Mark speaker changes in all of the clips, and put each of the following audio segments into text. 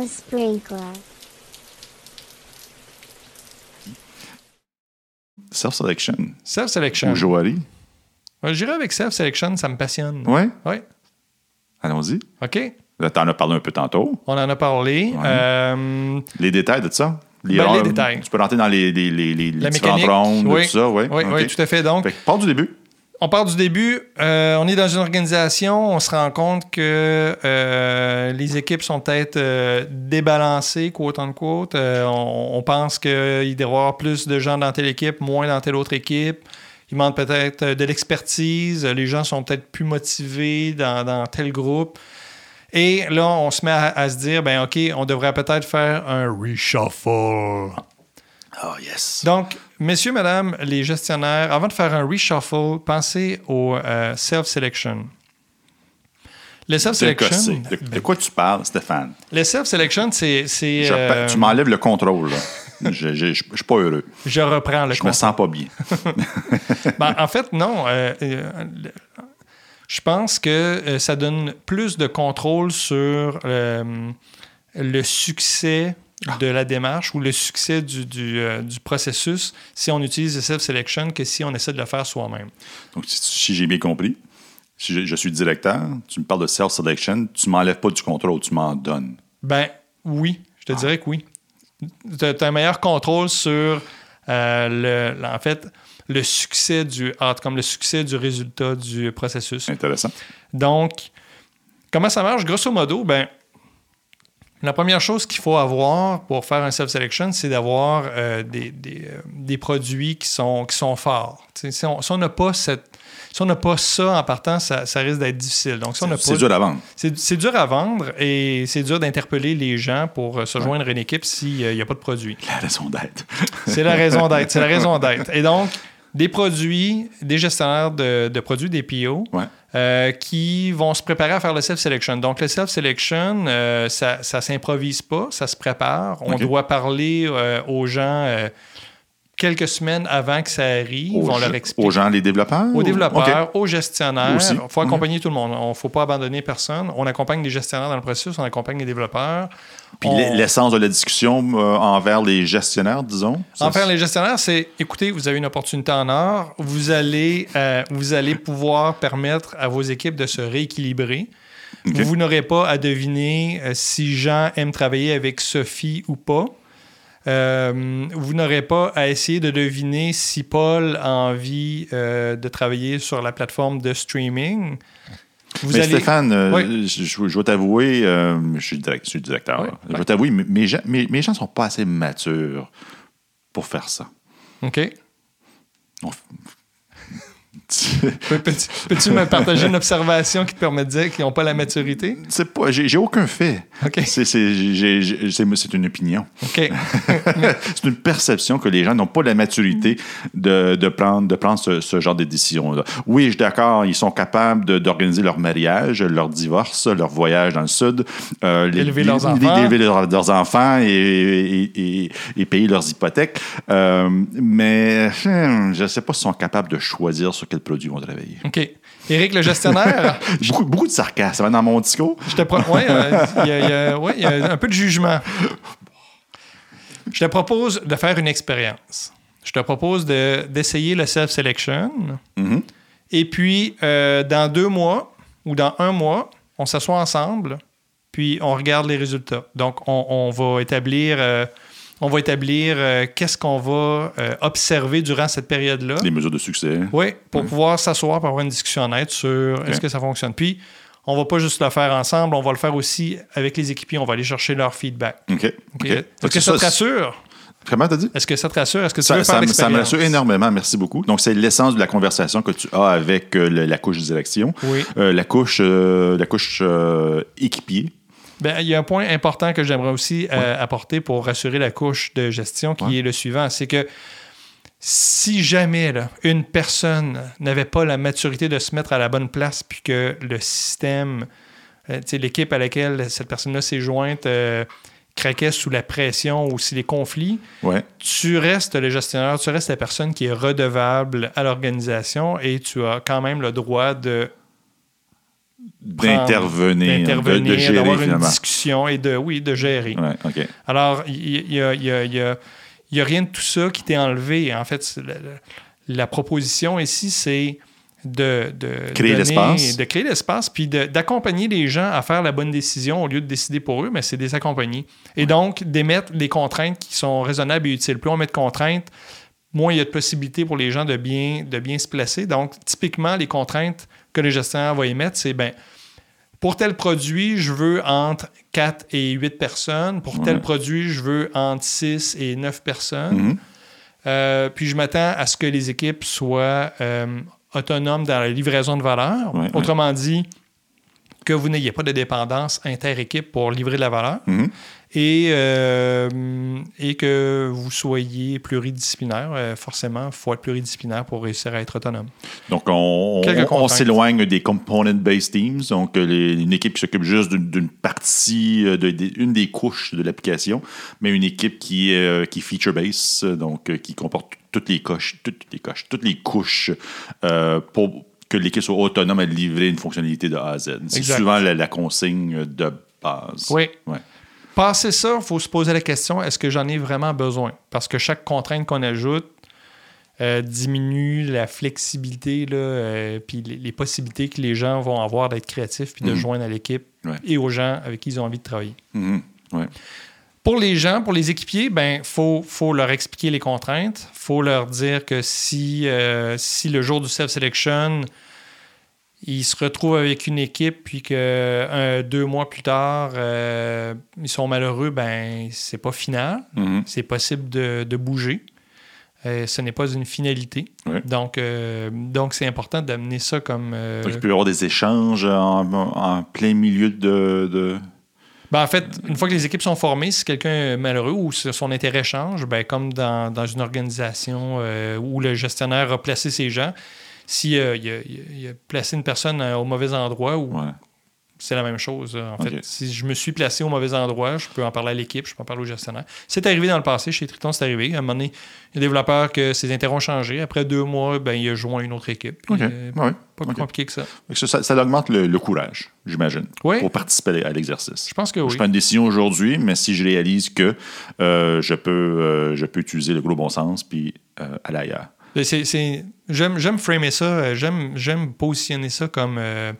Speaker 1: A sprinkler.
Speaker 2: Self-selection.
Speaker 3: Self-selection.
Speaker 2: Ou Joali.
Speaker 3: Euh, J'irai avec self-selection, ça me passionne.
Speaker 2: Ouais.
Speaker 3: Ouais.
Speaker 2: Allons-y.
Speaker 3: OK.
Speaker 2: Là, t'en as parlé un peu tantôt.
Speaker 3: On en a parlé.
Speaker 2: Ouais.
Speaker 3: Euh,
Speaker 2: Les détails de ça.
Speaker 3: Ben, les détails.
Speaker 2: Tu peux rentrer dans les, les, les, les
Speaker 3: la
Speaker 2: différentes
Speaker 3: mécanique.
Speaker 2: rondes,
Speaker 3: oui.
Speaker 2: tout ça. Ouais.
Speaker 3: oui, oui, tout à fait. Donc,
Speaker 2: Fait que pars du début.
Speaker 3: on part du début. Euh, on est dans une organisation. On se rend compte que euh, les équipes sont peut-être euh, débalancées, quote unquote. Euh, on, on pense qu'il doit y avoir plus de gens dans telle équipe, moins dans telle autre équipe. Il manque peut-être euh, de l'expertise. Les gens sont peut-être plus motivés dans, dans tel groupe. Et là, on se met à, à se dire, ben OK, on devrait peut-être faire un reshuffle.
Speaker 2: Ah, yes.
Speaker 3: Donc, messieurs, madame, les gestionnaires, avant de faire un reshuffle, pensez au euh, self-selection.
Speaker 2: C'est
Speaker 3: Le self-selection,
Speaker 2: De, de quoi tu parles, Stéphane?
Speaker 3: le self-selection, c'est, c'est,
Speaker 2: Je-
Speaker 3: euh,
Speaker 2: Tu m'enlèves le contrôle. là. je je- je- je suis pas heureux.
Speaker 3: je reprends le
Speaker 2: Je me
Speaker 3: compte.
Speaker 2: sens pas bien.
Speaker 3: Ben, en fait, non. euh, euh, le- je pense que euh, ça donne plus de contrôle sur euh, le succès
Speaker 2: Ah.
Speaker 3: de la démarche ou le succès du, du, euh, du processus si on utilise le self-selection que si on essaie de le faire soi-même.
Speaker 2: Donc, si, si j'ai bien compris, si je, je suis directeur, tu me parles de self-selection, tu m'enlèves pas du contrôle, tu m'en donnes.
Speaker 3: Ben oui, je te dirais que oui. Tu as un meilleur contrôle sur euh, le, en fait, le succès du outcome, le succès du résultat du processus.
Speaker 2: Intéressant.
Speaker 3: Donc, comment ça marche? Grosso modo, ben, la première chose qu'il faut avoir pour faire un self-selection, c'est d'avoir euh, des, des, euh, des produits qui sont, qui sont forts. Tu sais, Si on si on n'a pas cette- si on n'a pas ça en partant, ça, ça risque d'être difficile. Donc, si on n'a
Speaker 2: C'est
Speaker 3: pas
Speaker 2: dur à vendre.
Speaker 3: c'est c'est dur à vendre et c'est dur d'interpeller les gens pour euh, se joindre à une équipe s'il n'y a pas de produit.
Speaker 2: La raison d'être.
Speaker 3: C'est la raison d'être. C'est la raison d'être. Et donc, des produits, des gestionnaires de, de produits, des PO,
Speaker 2: Ouais.
Speaker 3: euh, qui vont se préparer à faire le self-selection. Donc, le self-selection, euh, ça ne s'improvise pas, ça se prépare. On
Speaker 2: OK.
Speaker 3: doit parler euh, aux gens euh, quelques semaines avant que ça arrive.
Speaker 2: Aux,
Speaker 3: on
Speaker 2: gens-
Speaker 3: leur explique.
Speaker 2: aux gens, les développeurs.
Speaker 3: Aux développeurs,
Speaker 2: OK.
Speaker 3: aux gestionnaires.
Speaker 2: Aussi.
Speaker 3: Il faut accompagner tout le monde. Il ne faut pas abandonner personne. On accompagne les gestionnaires dans le processus, on accompagne les développeurs.
Speaker 2: Puis
Speaker 3: On-
Speaker 2: l'e- l'essence de la discussion euh, envers les gestionnaires, disons. Ça,
Speaker 3: Enfin, les gestionnaires, c'est écoutez, vous avez une opportunité en or, vous allez, euh, vous allez pouvoir permettre à vos équipes de se rééquilibrer.
Speaker 2: OK.
Speaker 3: Vous n'aurez pas à deviner euh, si Jean aime travailler avec Sophie ou pas. Euh, vous n'aurez pas à essayer de deviner si Paul a envie euh, de travailler sur la plateforme de streaming. Vous
Speaker 2: mais
Speaker 3: allez-
Speaker 2: Stéphane, euh,
Speaker 3: Oui.
Speaker 2: je, je- je vais t'avouer, euh, je, suis direct- je suis directeur.
Speaker 3: Oui.
Speaker 2: là. Je vais t'avouer, mes- mes, gens- mes, mes gens sont pas assez matures pour faire ça.
Speaker 3: OK.
Speaker 2: On-
Speaker 3: Pe- Peux-tu peux-tu me partager une observation qui te permet de dire qu'ils n'ont pas la maturité?
Speaker 2: C'est pas, j'ai, j'ai aucun fait.
Speaker 3: OK.
Speaker 2: C'est, c'est- j'ai- j'ai- c'est- c'est une opinion.
Speaker 3: OK.
Speaker 2: C'est une perception que les gens n'ont pas la maturité de, de prendre, de prendre ce, ce genre de décision-là. Oui, je suis d'accord, ils sont capables de- d'organiser leur mariage, leur divorce, leur voyage dans le Sud, euh, les-
Speaker 3: Élever leurs
Speaker 2: les-
Speaker 3: enfants.
Speaker 2: élever leurs- leurs enfants et, et- et- et payer leurs hypothèques. Euh, mais hum, je ne sais pas s'ils sont capables de choisir sur quel produit ils vont travailler.
Speaker 3: OK. Éric, le gestionnaire,
Speaker 2: Beaucoup, beaucoup de sarcasme hein, dans mon discours.
Speaker 3: je te pro- ouais, euh, il y a- il y a- ouais, il y a un peu de jugement. Je te propose de faire une expérience. Je te propose de- d'essayer le self-selection.
Speaker 2: Mhm.
Speaker 3: Et puis, euh, dans deux mois ou dans un mois, on s'assoit ensemble, puis on regarde les résultats. Donc, on, on va établir, euh, on va établir euh, qu'est-ce qu'on va euh, observer durant cette période-là.
Speaker 2: Les mesures de succès. hein.
Speaker 3: Oui, pour pouvoir s'asseoir, pour avoir une discussion honnête sur est-ce que ça fonctionne. Puis, on va pas juste le faire ensemble, on va le faire aussi avec les équipiers, on va aller chercher leur feedback.
Speaker 2: OK.
Speaker 3: OK?
Speaker 2: OK.
Speaker 3: Est-ce que ça te rassure?
Speaker 2: Comment t'as dit?
Speaker 3: Est-ce que ça te rassure? Est-ce que tu
Speaker 2: Ça,
Speaker 3: veux
Speaker 2: ça
Speaker 3: faire
Speaker 2: me- ça me rassure
Speaker 3: l'expérience?
Speaker 2: énormément, merci beaucoup. Donc, c'est l'essence de la conversation que tu as avec euh, le- la couche direction,
Speaker 3: Oui.
Speaker 2: euh, la couche, euh, la couche euh, équipier.
Speaker 3: Ben, il y a un point important que j'aimerais aussi euh, apporter pour rassurer la couche de gestion qui
Speaker 2: Ouais.
Speaker 3: est le suivant, c'est que si jamais là, une personne n'avait pas la maturité de se mettre à la bonne place puis que le système, euh, tu sais, l'équipe à laquelle cette personne-là s'est jointe euh, craquait sous la pression ou si les conflits,
Speaker 2: Ouais.
Speaker 3: tu restes le gestionnaire, tu restes la personne qui est redevable à l'organisation et tu as quand même le droit de
Speaker 2: d'intervenir, de, de
Speaker 3: d'intervenir,
Speaker 2: gérer
Speaker 3: d'avoir une
Speaker 2: finalement.
Speaker 3: discussion et de, oui, de gérer.
Speaker 2: Ouais, OK.
Speaker 3: Alors, il n'y a, il y a- il y a- il y a rien de tout ça qui t'est enlevé. En fait, c'est la, la- la proposition ici, c'est de, de
Speaker 2: Créer
Speaker 3: donner-
Speaker 2: l'espace.
Speaker 3: De créer l'espace, puis de- d'accompagner les gens à faire la bonne décision au lieu de décider pour eux, mais c'est des accompagner. Et donc, d'émettre des contraintes qui sont raisonnables et utiles. Plus on met de contraintes, moins il y a de possibilités pour les gens de bien, de bien se placer. Donc, typiquement, les contraintes que le gestionnaire va émettre, c'est ben, pour tel produit, je veux entre 4 et 8 personnes. Pour tel
Speaker 2: Ouais.
Speaker 3: produit, je veux entre 6 et 9 personnes.
Speaker 2: Mhm.
Speaker 3: Euh, puis je m'attends à ce que les équipes soient euh, autonomes dans la livraison de valeur.
Speaker 2: Ouais, ouais.
Speaker 3: Autrement dit, que vous n'ayez pas de dépendance inter-équipe pour livrer de la valeur
Speaker 2: Mhm.
Speaker 3: et, euh, et que vous soyez pluridisciplinaire. Euh, forcément, il faut être pluridisciplinaire pour réussir à être autonome.
Speaker 2: Donc, on,
Speaker 3: Quelques
Speaker 2: on- on
Speaker 3: contraintes.
Speaker 2: s'éloigne des component-based teams, donc euh, les- une équipe qui s'occupe juste d'une- d'une partie, euh, de, des- une des couches de l'application, mais une équipe qui est euh, qui feature-based, euh, donc euh, qui comporte toutes les coches, toutes les coches, toutes les couches euh, pour que l'équipe soit autonome à livrer une fonctionnalité de A à Z. C'est
Speaker 3: Exact.
Speaker 2: souvent la, la consigne de base.
Speaker 3: Oui.
Speaker 2: Ouais.
Speaker 3: Passer ça, il faut se poser la question est-ce que j'en ai vraiment besoin Parce que chaque contrainte qu'on ajoute euh, diminue la flexibilité, là, euh, puis les, les possibilités que les gens vont avoir d'être créatifs puis de
Speaker 2: Mhm.
Speaker 3: joindre à l'équipe
Speaker 2: Ouais.
Speaker 3: et aux gens avec qui ils ont envie de travailler.
Speaker 2: Mhm. Ouais.
Speaker 3: Pour les gens, pour les équipiers, ben faut, faut leur expliquer les contraintes. faut leur dire que si, euh, si le jour du self-selection, ils se retrouvent avec une équipe, puis que un, deux mois plus tard, euh, ils sont malheureux, ben c'est pas final.
Speaker 2: Mhm.
Speaker 3: C'est possible de, de bouger. Euh, ce n'est pas une finalité.
Speaker 2: Ouais.
Speaker 3: Donc, euh, donc c'est important d'amener ça comme. euh,
Speaker 2: Donc, il peut y avoir des échanges en, en plein milieu de- de,
Speaker 3: Ben, en fait, une fois que les équipes sont formées, si quelqu'un est malheureux ou si son intérêt change, ben, comme dans, dans une organisation euh, où le gestionnaire a placé ses gens, si, euh, il, a, il a- il a placé une personne euh, au mauvais endroit, ou
Speaker 2: Ouais.
Speaker 3: c'est la même chose. euh, En fait,
Speaker 2: Ok.
Speaker 3: si je me suis placé au mauvais endroit, je peux en parler à l'équipe, je peux en parler au gestionnaire. C'est arrivé dans le passé, chez Triton, c'est arrivé. À un moment donné, il y a un développeur que ses intérêts ont changé. Après deux mois, ben, il a joint une autre équipe. Puis,
Speaker 2: OK. Ah
Speaker 3: euh,
Speaker 2: Ouais.
Speaker 3: pas plus
Speaker 2: Ok.
Speaker 3: compliqué que ça.
Speaker 2: Fait que Ça, ça- ça augmente le, le courage, j'imagine,
Speaker 3: Oui.
Speaker 2: pour participer à l'exercice.
Speaker 3: Je pense que oui.
Speaker 2: Je prends une décision aujourd'hui, mais si je réalise que euh, je, peux, euh, je peux utiliser le gros bon sens puis euh, aller ailleurs.
Speaker 3: Mais Ben, c'est- c'est- J'aime j'aime framer ça, euh, j'aime j'aime positionner ça comme, euh,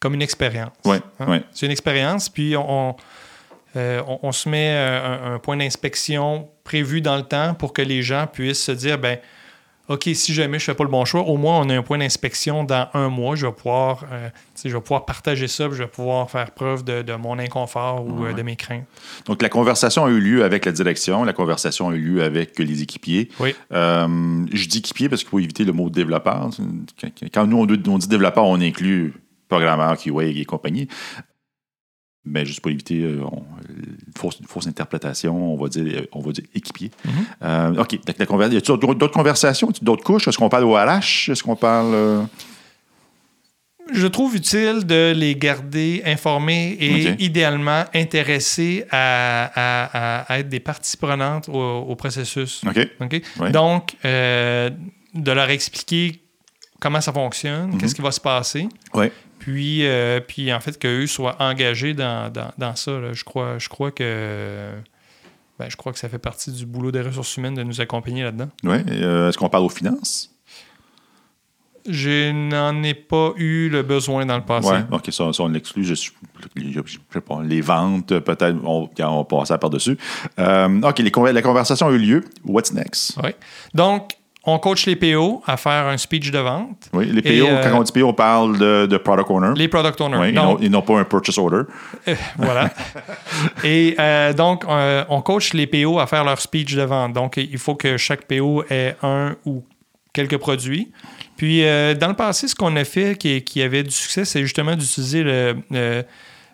Speaker 3: comme une expérience.
Speaker 2: Oui,
Speaker 3: Hein?
Speaker 2: oui.
Speaker 3: C'est une expérience, puis on, on, euh, on- on se met euh, un, un point d'inspection prévu dans le temps pour que les gens puissent se dire ben OK, si jamais je fais pas le bon choix, au moins on a un point d'inspection dans un mois. Je vais pouvoir, euh, tu sais, je vais pouvoir partager ça, puis je vais pouvoir faire preuve de, de mon inconfort ou euh, de mes craintes.
Speaker 2: Donc, la conversation a eu lieu avec la direction, la conversation a eu lieu avec les équipiers.
Speaker 3: Oui.
Speaker 2: Euh, je dis équipier parce qu'il faut éviter le mot développeur. Quand nous, on dit on dit développeur, on inclut programmeur, QA et compagnie. Mais juste pour éviter euh, on- une fausse, une fausse interprétation, on va dire, euh, on va dire équipier. Euh, OK. Donc, la conver- y a-t-il d'autres d'autres conversations, d'autres couches? Est-ce qu'on parle au RH? Est-ce qu'on parle... euh,
Speaker 3: je trouve utile de les garder informés et
Speaker 2: Ok.
Speaker 3: idéalement intéressés à, à- à- à être des parties prenantes au, au processus.
Speaker 2: OK.
Speaker 3: OK?
Speaker 2: Ouais.
Speaker 3: Donc, euh, de leur expliquer comment ça fonctionne,
Speaker 2: Mhm.
Speaker 3: qu'est-ce qui va se passer,
Speaker 2: Oui.
Speaker 3: puis, euh, puis en fait qu'eux soient engagés dans, dans- dans ça. là. Je, crois, je, crois que, ben, je crois que ça fait partie du boulot des ressources humaines de nous accompagner là-dedans.
Speaker 2: Ouais. Euh, Est-ce qu'on parle aux finances?
Speaker 3: Je n'en ai pas eu le besoin dans le passé.
Speaker 2: Ouais, OK, ça, ça, on l'exclut. Je, suis- je- je sais pas, les ventes, peut-être, on, on passait par-dessus. Euh, OK, les, conver- la conversation a eu lieu. What's next?
Speaker 3: Oui. Donc, on coach les PO à faire un speech de vente,
Speaker 2: Oui, les
Speaker 3: Et,
Speaker 2: PO,
Speaker 3: euh,
Speaker 2: quand on dit PO, on parle de, de product owner.
Speaker 3: les product owners.
Speaker 2: Oui, et non-
Speaker 3: Donc,
Speaker 2: et non pas un purchase order.
Speaker 3: euh, voilà. Et euh, donc, euh, on coach les PO à faire leur speech de vente. Donc, il faut que chaque PO ait un ou quelques produits. Puis, euh, dans le passé, ce qu'on a fait qui, qui avait du succès, c'est justement d'utiliser le euh,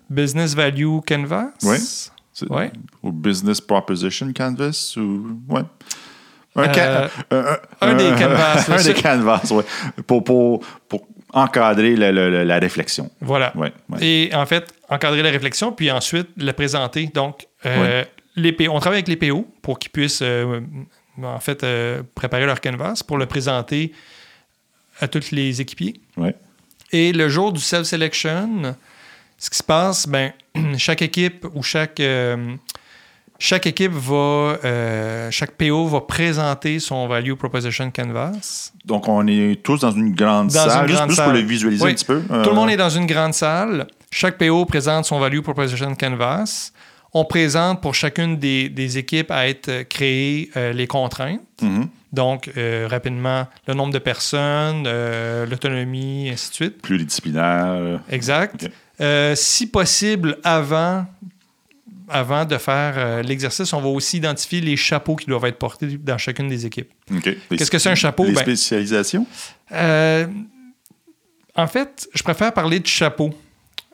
Speaker 3: Business Value Canvas.
Speaker 2: Oui. C'est-
Speaker 3: Ouais.
Speaker 2: Ou business proposition canvas ou. Ouais. Un,
Speaker 3: Euh,
Speaker 2: un-
Speaker 3: un des canvas,
Speaker 2: un
Speaker 3: là,
Speaker 2: des
Speaker 3: ça.
Speaker 2: canvas, ouais. Pour, pour, pour encadrer la, la- la- la réflexion.
Speaker 3: Voilà.
Speaker 2: Ouais, ouais.
Speaker 3: Et en fait, encadrer la réflexion, puis ensuite la présenter. Donc, euh, les PO, on travaille avec les PO pour qu'ils puissent, euh, en fait, euh, préparer leur canvas pour le présenter à tous les équipiers.
Speaker 2: Ouais.
Speaker 3: Et le jour du self-selection, ce qui se passe, ben, chaque équipe ou chaque, euh, chaque équipe va, euh, chaque PO va présenter son Value Proposition Canvas.
Speaker 2: Donc, on est tous dans une grande
Speaker 3: Dans une
Speaker 2: salle, juste
Speaker 3: grande
Speaker 2: plus
Speaker 3: salle.
Speaker 2: pour le visualiser
Speaker 3: Oui.
Speaker 2: un petit peu.
Speaker 3: Tout
Speaker 2: Euh,
Speaker 3: le monde est dans une grande salle. Chaque PO présente son Value Proposition Canvas. On présente pour chacune des, des équipes à être euh, créées euh, les contraintes.
Speaker 2: mhm.
Speaker 3: Donc, euh, rapidement, le nombre de personnes, euh, l'autonomie, ainsi de suite.
Speaker 2: Pluridisciplinaire. euh,
Speaker 3: Exact.
Speaker 2: Ok.
Speaker 3: Euh, si possible, avant, avant de faire euh, l'exercice, on va aussi identifier les chapeaux qui doivent être portés dans chacune des équipes.
Speaker 2: OK.
Speaker 3: Qu'est-ce que c'est un chapeau?
Speaker 2: Les
Speaker 3: Ben-
Speaker 2: spécialisations?
Speaker 3: Euh, en fait, je préfère parler de chapeaux.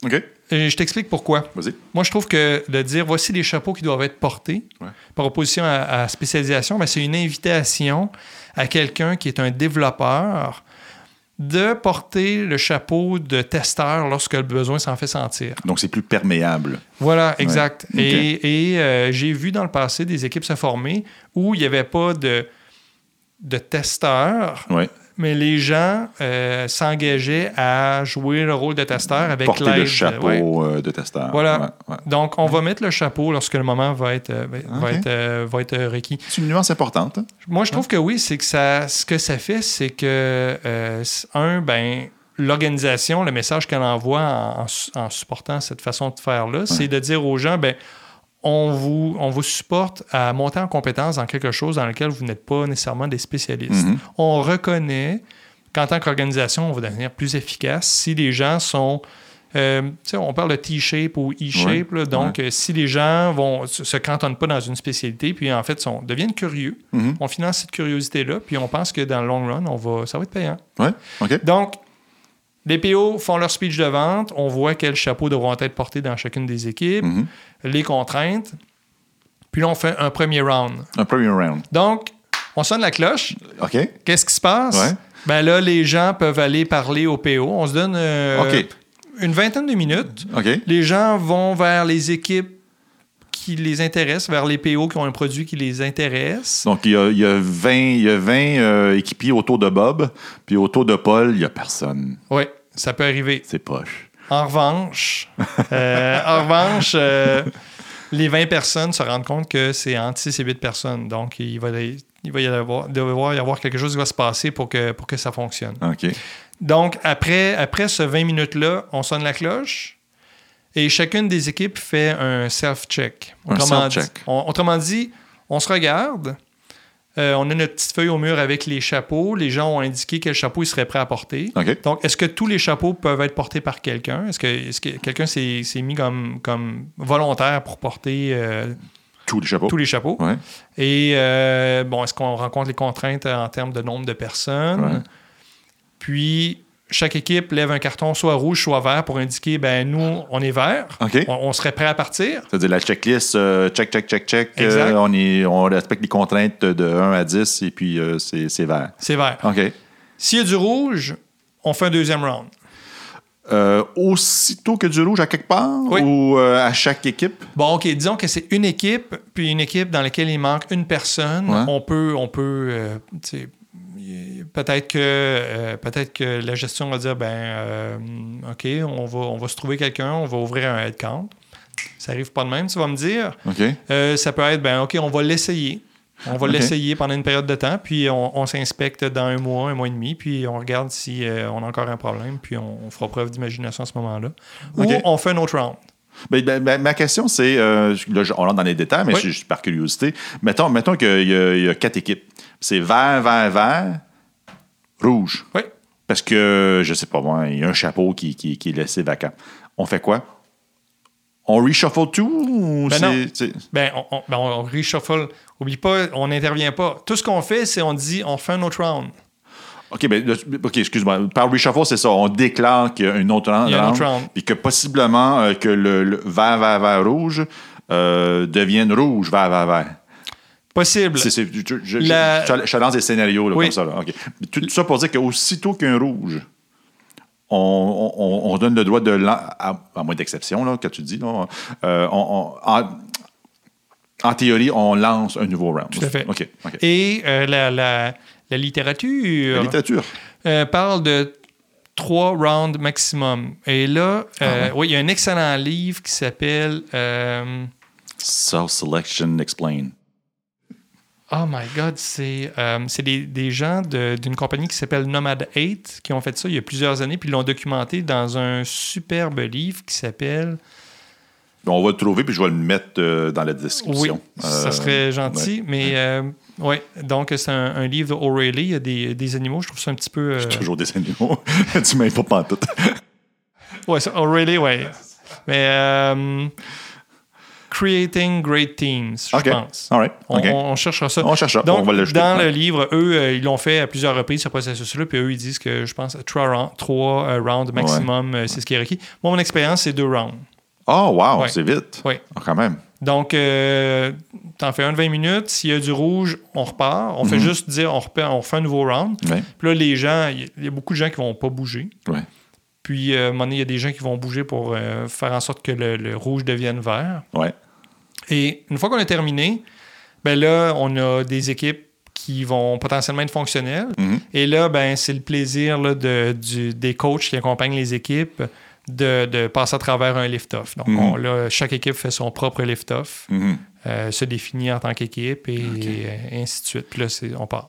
Speaker 2: OK.
Speaker 3: Et je t'explique pourquoi.
Speaker 2: Vas-y.
Speaker 3: Moi, je trouve que de dire voici les chapeaux qui doivent être portés
Speaker 2: Ouais.
Speaker 3: par opposition à, à spécialisation, ben, c'est une invitation à quelqu'un qui est un développeur de porter le chapeau de testeur lorsque le besoin s'en fait sentir.
Speaker 2: Donc, c'est plus perméable.
Speaker 3: Voilà, exact.
Speaker 2: Ok.
Speaker 3: Et, et, euh, j'ai vu dans le passé des équipes se former où il n'y avait pas de, de testeurs,
Speaker 2: Ouais.
Speaker 3: mais les gens euh, s'engageaient à jouer le rôle de testeur avec
Speaker 2: Porter
Speaker 3: l'aide,
Speaker 2: le chapeau
Speaker 3: ouais.
Speaker 2: euh, de testeur.
Speaker 3: Voilà.
Speaker 2: Ouais, ouais.
Speaker 3: Donc, on va mettre le chapeau lorsque le moment va être, euh, va, va
Speaker 2: Ok.
Speaker 3: être, euh, va être requis.
Speaker 2: C'est une nuance importante. hein?
Speaker 3: Moi, je trouve que oui, c'est que ça, ce que ça fait, c'est que, euh, c'est- un, ben, l'organisation, le message qu'elle envoie en, en su- en supportant cette façon de faire-là, c'est de dire aux gens, ben, on vous, on vous supporte à monter en compétence dans quelque chose dans lequel vous n'êtes pas nécessairement des spécialistes.
Speaker 2: Mhm.
Speaker 3: On reconnaît qu'en tant qu'organisation, on va devenir plus efficace si les gens sont. euh, tu sais, on parle de T-shape ou E-shape, là, donc euh, si les gens vont se se cantonnent pas dans une spécialité, puis en fait sont, deviennent curieux,
Speaker 2: Mhm.
Speaker 3: on finance cette curiosité-là, puis on pense que dans le long run, on va, ça va être payant.
Speaker 2: Ouais. OK.
Speaker 3: Donc, les PO font leur speech de vente, on voit quels chapeaux devront être portés dans chacune des équipes,
Speaker 2: Mhm.
Speaker 3: les contraintes, puis là, on fait un premier round.
Speaker 2: Un premier round.
Speaker 3: Donc, on sonne la cloche,
Speaker 2: OK.
Speaker 3: qu'est-ce qui se passe?
Speaker 2: Ouais.
Speaker 3: Ben là, les gens peuvent aller parler au PO. On se donne euh,
Speaker 2: OK.
Speaker 3: une vingtaine de minutes.
Speaker 2: OK.
Speaker 3: Les gens vont vers les équipes qui les intéressent, vers les PO qui ont un produit qui les intéresse.
Speaker 2: Donc, il y a, il y a 20, il y a 20 euh, équipiers autour de Bob, puis autour de Paul, il n'y a personne.
Speaker 3: Oui, ça peut arriver.
Speaker 2: C'est poche.
Speaker 3: En revanche, euh, en revanche euh, les 20 personnes se rendent compte que c'est entre 6 et 8 personnes. Donc, il va, y- il va y avoir, devoir y avoir quelque chose qui va se passer pour que, pour que ça fonctionne.
Speaker 2: OK.
Speaker 3: Donc, après, après ce 20 minutes-là, on sonne la cloche et chacune des équipes fait un self-check.
Speaker 2: Un
Speaker 3: Autrement dit-
Speaker 2: self-check.
Speaker 3: on- autrement dit, on se regarde, euh, on a notre petite feuille au mur avec les chapeaux, les gens ont indiqué quel chapeau ils seraient prêts à porter.
Speaker 2: OK.
Speaker 3: Donc, est-ce que tous les chapeaux peuvent être portés par quelqu'un? Est-ce que, est-ce que quelqu'un s'est, s'est mis comme, comme volontaire pour porter euh,
Speaker 2: Tous les chapeaux.
Speaker 3: tous les chapeaux?
Speaker 2: Ouais.
Speaker 3: Et euh, bon, est-ce qu'on rencontre les contraintes en termes de nombre de personnes?
Speaker 2: Ouais.
Speaker 3: Puis, chaque équipe lève un carton soit rouge, soit vert pour indiquer, ben nous, on est vert,
Speaker 2: OK.
Speaker 3: on, on serait prêt à partir.
Speaker 2: C'est-à-dire la checklist, euh, check, check, check, check. euh,
Speaker 3: Exact.
Speaker 2: on, est, on respecte les contraintes de 1 à 10 et puis euh, c'est c'est vert.
Speaker 3: C'est vert.
Speaker 2: OK.
Speaker 3: S'il y a du rouge, on fait un deuxième round.
Speaker 2: Euh, aussitôt que du rouge à quelque part
Speaker 3: Oui.
Speaker 2: ou euh, à chaque équipe?
Speaker 3: Bon, OK, disons que c'est une équipe, puis une équipe dans laquelle il manque une personne.
Speaker 2: Ouais.
Speaker 3: On peut, on peut euh, tu sais, y- peut-être que, euh, peut-être que la gestion va dire, ben, euh, OK, on va, on va se trouver quelqu'un, on va ouvrir un headcount. Ça arrive pas de même, tu vas me dire.
Speaker 2: OK.
Speaker 3: Euh, ça peut être, ben, OK, on va l'essayer. On va
Speaker 2: OK.
Speaker 3: l'essayer pendant une période de temps, puis on, on s'inspecte dans un mois, un mois et demi, puis on regarde si euh, on a encore un problème, puis on, on fera preuve d'imagination à ce moment-là.
Speaker 2: OK.
Speaker 3: Ou on fait un autre round.
Speaker 2: Ben, ben, ben, ma question, c'est, euh, là, je- on rentre dans les détails, mais
Speaker 3: Oui.
Speaker 2: c'est juste par curiosité. Mettons, mettons qu'il y, a- il y a quatre équipes. C'est vert, vert, vert, rouge.
Speaker 3: Oui.
Speaker 2: Parce que, je sais pas moi, il y a un chapeau qui, qui, qui est laissé vacant. On fait quoi? On reshuffle tout ou
Speaker 3: Ben
Speaker 2: c'est-
Speaker 3: non.
Speaker 2: c'est-
Speaker 3: Ben, on, on, ben, on reshuffle. Oublie pas, on n'intervient pas. Tout ce qu'on fait, c'est on dit on fait un autre round.
Speaker 2: OK, ben, le- OK, excuse-moi. Par reshuffle, c'est ça. On déclare qu'il y a une autre round.
Speaker 3: Il y a un autre round.
Speaker 2: Puis que possiblement euh, que le, le vert, vert, vert, rouge euh, devienne rouge, vert, vert, vert.
Speaker 3: Possible.
Speaker 2: C'est, c'est- je, je-
Speaker 3: La-
Speaker 2: je- je lance des scénarios là,
Speaker 3: Oui.
Speaker 2: comme ça. là. OK. Mais Tout, tout ça pour dire qu'aussitôt qu'un rouge, on, on- on- on donne le droit de l'en- à, à moins d'exception, là, que tu dis, là, euh, on- on- en, en théorie, on lance un nouveau round.
Speaker 3: Tout à fait.
Speaker 2: OK. OK.
Speaker 3: Et euh, la, la, la
Speaker 2: La
Speaker 3: littérature
Speaker 2: littérature.
Speaker 3: euh, parle de trois rounds maximum. Et là, euh, oui, il y a un excellent livre qui s'appelle. euh,
Speaker 2: Self-selection explained.
Speaker 3: Oh my God, c'est euh, c'est des, des gens de- d'une compagnie qui s'appelle Nomad 8 qui ont fait ça il y a plusieurs années, puis ils l'ont documenté dans un superbe livre qui s'appelle
Speaker 2: On va le trouver, puis je vais le mettre euh, dans la
Speaker 3: Oui,
Speaker 2: description. Euh,
Speaker 3: ça serait gentil, mais euh, ouais, donc c'est un, un livre d'O'Reilly, il y a des, des animaux, je trouve ça un petit peu. euh,
Speaker 2: Toujours des animaux. tu m'aimes pas pantoute.
Speaker 3: Ouais, ça, O'Reilly, ouais. Mais euh, Creating Great Teams, je
Speaker 2: OK.
Speaker 3: pense.
Speaker 2: All right.
Speaker 3: On,
Speaker 2: OK.
Speaker 3: on- on cherchera ça.
Speaker 2: On cherchera.
Speaker 3: Donc,
Speaker 2: on va l'ajouter.
Speaker 3: dans
Speaker 2: Ouais.
Speaker 3: le livre, eux, euh, ils l'ont fait à plusieurs reprises, ce processus-là. Puis eux, ils disent que, je pense, trois, rounds- trois, euh, rounds maximum, euh, c'est ce qui est requis. Moi, mon expérience, c'est deux rounds.
Speaker 2: Oh, wow,
Speaker 3: Ouais.
Speaker 2: c'est vite.
Speaker 3: Ouais.
Speaker 2: Ah, quand même.
Speaker 3: Donc, euh, t'en fais un de 20 minutes. S'il y a du rouge, on repart.
Speaker 2: Mm-hmm.
Speaker 3: On fait juste dire, on, repart, on refait un nouveau round.
Speaker 2: Ouais.
Speaker 3: Puis là, les gens, il y a- il y, a beaucoup de gens qui vont pas bouger.
Speaker 2: Ouais.
Speaker 3: Puis, euh, à un moment donné, il y a des gens qui vont bouger pour euh, faire en sorte que le- le rouge devienne vert.
Speaker 2: Ouais.
Speaker 3: Et une fois qu'on a terminé, ben là, on a des équipes qui vont potentiellement être fonctionnelles.
Speaker 2: Mhm.
Speaker 3: Et là, ben, c'est le plaisir là, de- du- des coachs qui accompagnent les équipes de, de passer à travers un lift-off. Donc
Speaker 2: Mhm.
Speaker 3: on- là, chaque équipe fait son propre lift-off,
Speaker 2: Mhm.
Speaker 3: euh, se définit en tant qu'équipe et, et ainsi de suite. Puis là, c'est- on part.